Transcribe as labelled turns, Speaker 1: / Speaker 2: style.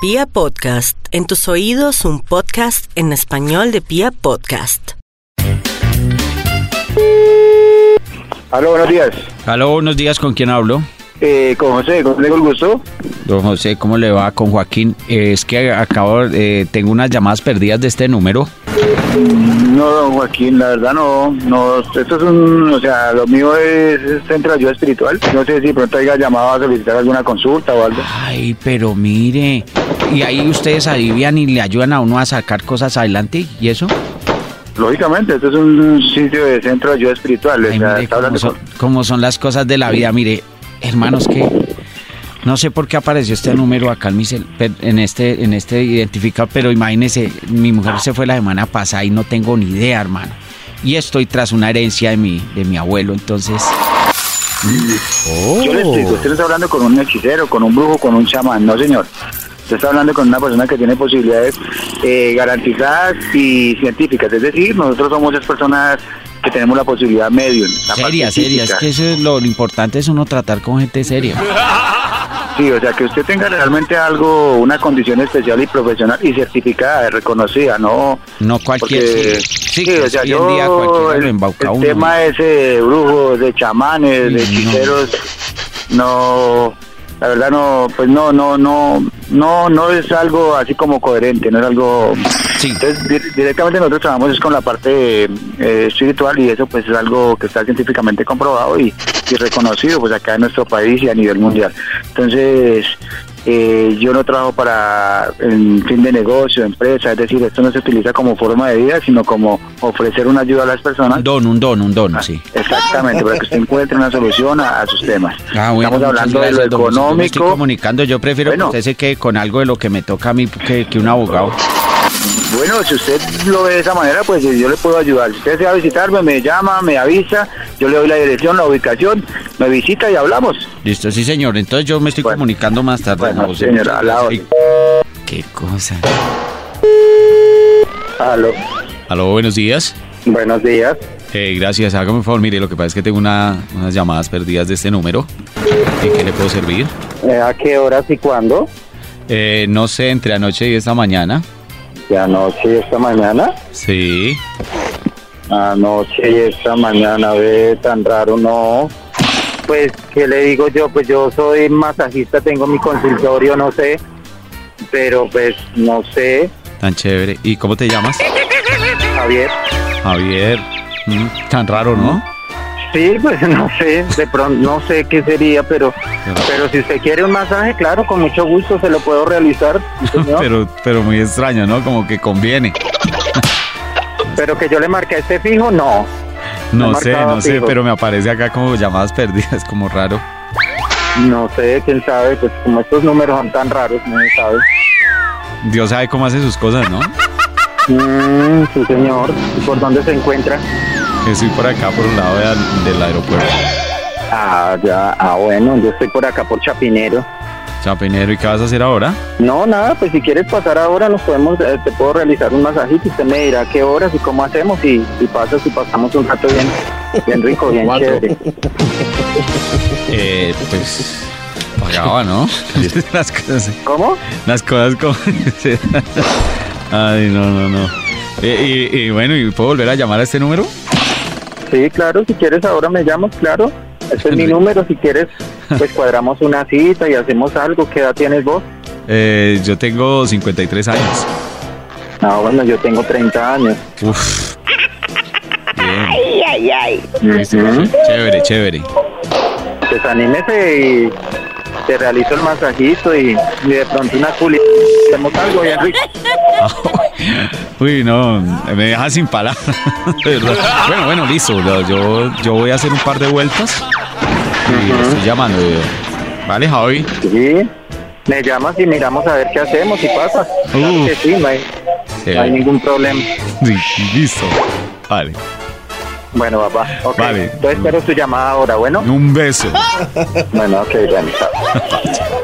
Speaker 1: Pia Podcast, en tus oídos un podcast en español de Pia Podcast.
Speaker 2: Aló, buenos días.
Speaker 3: Aló, buenos días, ¿con quién hablo?
Speaker 2: Eh, con José, ¿con tengo el gusto?
Speaker 3: Don José, ¿cómo le va con Joaquín? Eh, es que acabo, eh, tengo unas llamadas perdidas de este número.
Speaker 2: No, don Joaquín, la verdad no. no esto es un, o sea, lo mío es centro de ayuda espiritual. No sé si pronto haya llamado a solicitar alguna consulta o algo.
Speaker 3: Ay, pero mire, y ahí ustedes alivian y le ayudan a uno a sacar cosas adelante, ¿y eso?
Speaker 2: Lógicamente, esto es un sitio de centro de ayuda espiritual. O
Speaker 3: Ay,
Speaker 2: sea,
Speaker 3: mire
Speaker 2: está
Speaker 3: cómo
Speaker 2: hablando
Speaker 3: son,
Speaker 2: con-
Speaker 3: cómo son las cosas de la vida. Mire, hermanos, que no sé por qué apareció este número acá en, mi cel- per- en este en este identificado, pero imagínese, mi mujer se fue la semana pasada y no tengo ni idea, hermano. Y estoy tras una herencia de mi de mi abuelo, entonces. Oh.
Speaker 2: Yo le explico, usted no está hablando con un hechicero, con un brujo, con un chamán, no señor. Usted está hablando con una persona que tiene posibilidades eh, garantizadas y científicas. Es decir, nosotros somos esas personas que tenemos la posibilidad medium. la parte
Speaker 3: Seria, seria, es
Speaker 2: física.
Speaker 3: que eso es lo, lo importante es uno tratar con gente seria.
Speaker 2: Sí, o sea, que usted tenga realmente algo, una condición especial y profesional y certificada, eh, reconocida, ¿no?
Speaker 3: No cualquier.
Speaker 2: Porque,
Speaker 3: sí, que
Speaker 2: o sea,
Speaker 3: hoy en día
Speaker 2: yo,
Speaker 3: cualquiera
Speaker 2: el,
Speaker 3: lo embauca
Speaker 2: el
Speaker 3: a uno.
Speaker 2: tema ese de brujos, de chamanes,
Speaker 3: Sí,
Speaker 2: de
Speaker 3: no.
Speaker 2: hechiceros, no, la verdad no, pues no, no, no, no, no es algo así como coherente, no es algo...
Speaker 3: Sí.
Speaker 2: Entonces, dir- directamente nosotros trabajamos es con la parte eh, espiritual y eso pues es algo que está científicamente comprobado y, y reconocido pues acá en nuestro país y a nivel mundial. Entonces, eh, yo no trabajo para en fin de negocio, empresa, es decir, esto no se utiliza como forma de vida, sino como ofrecer una ayuda a las personas.
Speaker 3: Un don, un don, un
Speaker 2: Ah.
Speaker 3: don, sí.
Speaker 2: Exactamente, para que usted encuentre una solución a, a sus temas.
Speaker 3: Ah, bueno,
Speaker 2: Estamos
Speaker 3: muchas
Speaker 2: hablando de lo
Speaker 3: gracias, don José. Yo me estoy
Speaker 2: económico.
Speaker 3: comunicando, yo prefiero
Speaker 2: Bueno.
Speaker 3: que usted se quede con algo de lo que me toca a mí que, que un abogado.
Speaker 2: Bueno, si usted lo ve de esa manera, pues yo le puedo ayudar. Si usted se va a visitarme, me llama, me avisa, yo le doy la dirección, la ubicación, me visita y hablamos.
Speaker 3: Listo, sí, señor. Entonces yo me estoy
Speaker 2: Bueno.
Speaker 3: comunicando más tarde.
Speaker 2: Bueno,
Speaker 3: don José.
Speaker 2: señor,
Speaker 3: Muchas
Speaker 2: a la
Speaker 3: gracias. Qué cosa.
Speaker 2: Aló.
Speaker 3: Aló, buenos días.
Speaker 2: Buenos días.
Speaker 3: Eh, gracias, hágame un favor. Mire, lo que pasa es que tengo una- unas llamadas perdidas de este número. ¿En qué le puedo servir?
Speaker 2: Eh, ¿A qué horas y cuándo?
Speaker 3: Eh, no sé, entre anoche y esta mañana.
Speaker 2: De anoche y esta mañana.
Speaker 3: Sí.
Speaker 2: Anoche y esta mañana, ve, tan raro, no.
Speaker 4: Pues, ¿qué le digo yo? Pues yo soy masajista, tengo mi consultorio, no sé. Pero pues, no sé,
Speaker 3: Tan chévere. ¿Y cómo te llamas?
Speaker 4: Javier.
Speaker 3: Javier. Mm, tan raro, ¿no?
Speaker 4: Sí, pues no sé, de pronto no sé qué sería, pero pero si usted quiere un masaje, claro, con mucho gusto se lo puedo realizar, sí, señor. pero,
Speaker 3: pero, pero muy extraño, ¿no? Como que conviene.
Speaker 4: que yo le marque a este fijo, no.
Speaker 3: No
Speaker 4: Me
Speaker 3: sé,
Speaker 4: marcaba
Speaker 3: no sé,
Speaker 4: fijo.
Speaker 3: pero me aparece acá como llamadas perdidas, como raro.
Speaker 4: No sé, quién sabe, pues como estos números son tan raros, no se sabe.
Speaker 3: Dios sabe cómo hace sus cosas, ¿no?
Speaker 4: Mm, sí, señor. ¿Y ¿Por dónde se encuentra?
Speaker 3: Estoy por acá, por un lado de al- del aeropuerto.
Speaker 4: Ah, ya, ah, bueno, yo estoy por acá, por Chapinero.
Speaker 3: Chapinero, ¿y qué vas a hacer ahora?
Speaker 4: No, nada, pues si quieres pasar ahora nos podemos, eh, te puedo realizar un masajito y usted me dirá qué horas y cómo hacemos y, y pasas y pasamos un rato bien, bien rico, bien chévere.
Speaker 3: Eh, pues. Pagaba, ¿no? las, cosas,
Speaker 4: ¿Cómo?
Speaker 3: las cosas como. Ay, no, no, no. Eh, y, y bueno, ¿y puedo volver a llamar a este número?
Speaker 4: Sí, claro, si quieres ahora me llamas, claro. Este es mi
Speaker 3: Rico.
Speaker 4: número, si quieres pues cuadramos una cita y hacemos algo, ¿qué edad tienes vos?
Speaker 3: Eh, yo tengo 53 años.
Speaker 4: Ah, bueno, yo tengo 30 años.
Speaker 3: Uf. Bien. Listo, Chévere, chévere.
Speaker 4: Pues anímese y te realizo el masajito y, y de pronto una culi... Hacemos algo bien rico.
Speaker 3: Uy, no, me deja sin palabras. de verdad. bueno, bueno, listo. lo- Yo, yo voy a hacer un par de vueltas y le estoy llamando. yo. Vale, Javi.
Speaker 4: Sí, me llamas y miramos a ver qué hacemos y pasa. Claro
Speaker 3: Uh.
Speaker 4: que sí, no hay,
Speaker 3: Sí,
Speaker 4: no hay ningún problema.
Speaker 3: sí, listo. Vale.
Speaker 4: Bueno, papá, ok.
Speaker 3: Vale.
Speaker 4: Yo espero tu llamada ahora, ¿bueno?
Speaker 3: Un beso.
Speaker 4: Bueno, ok, bueno, chao.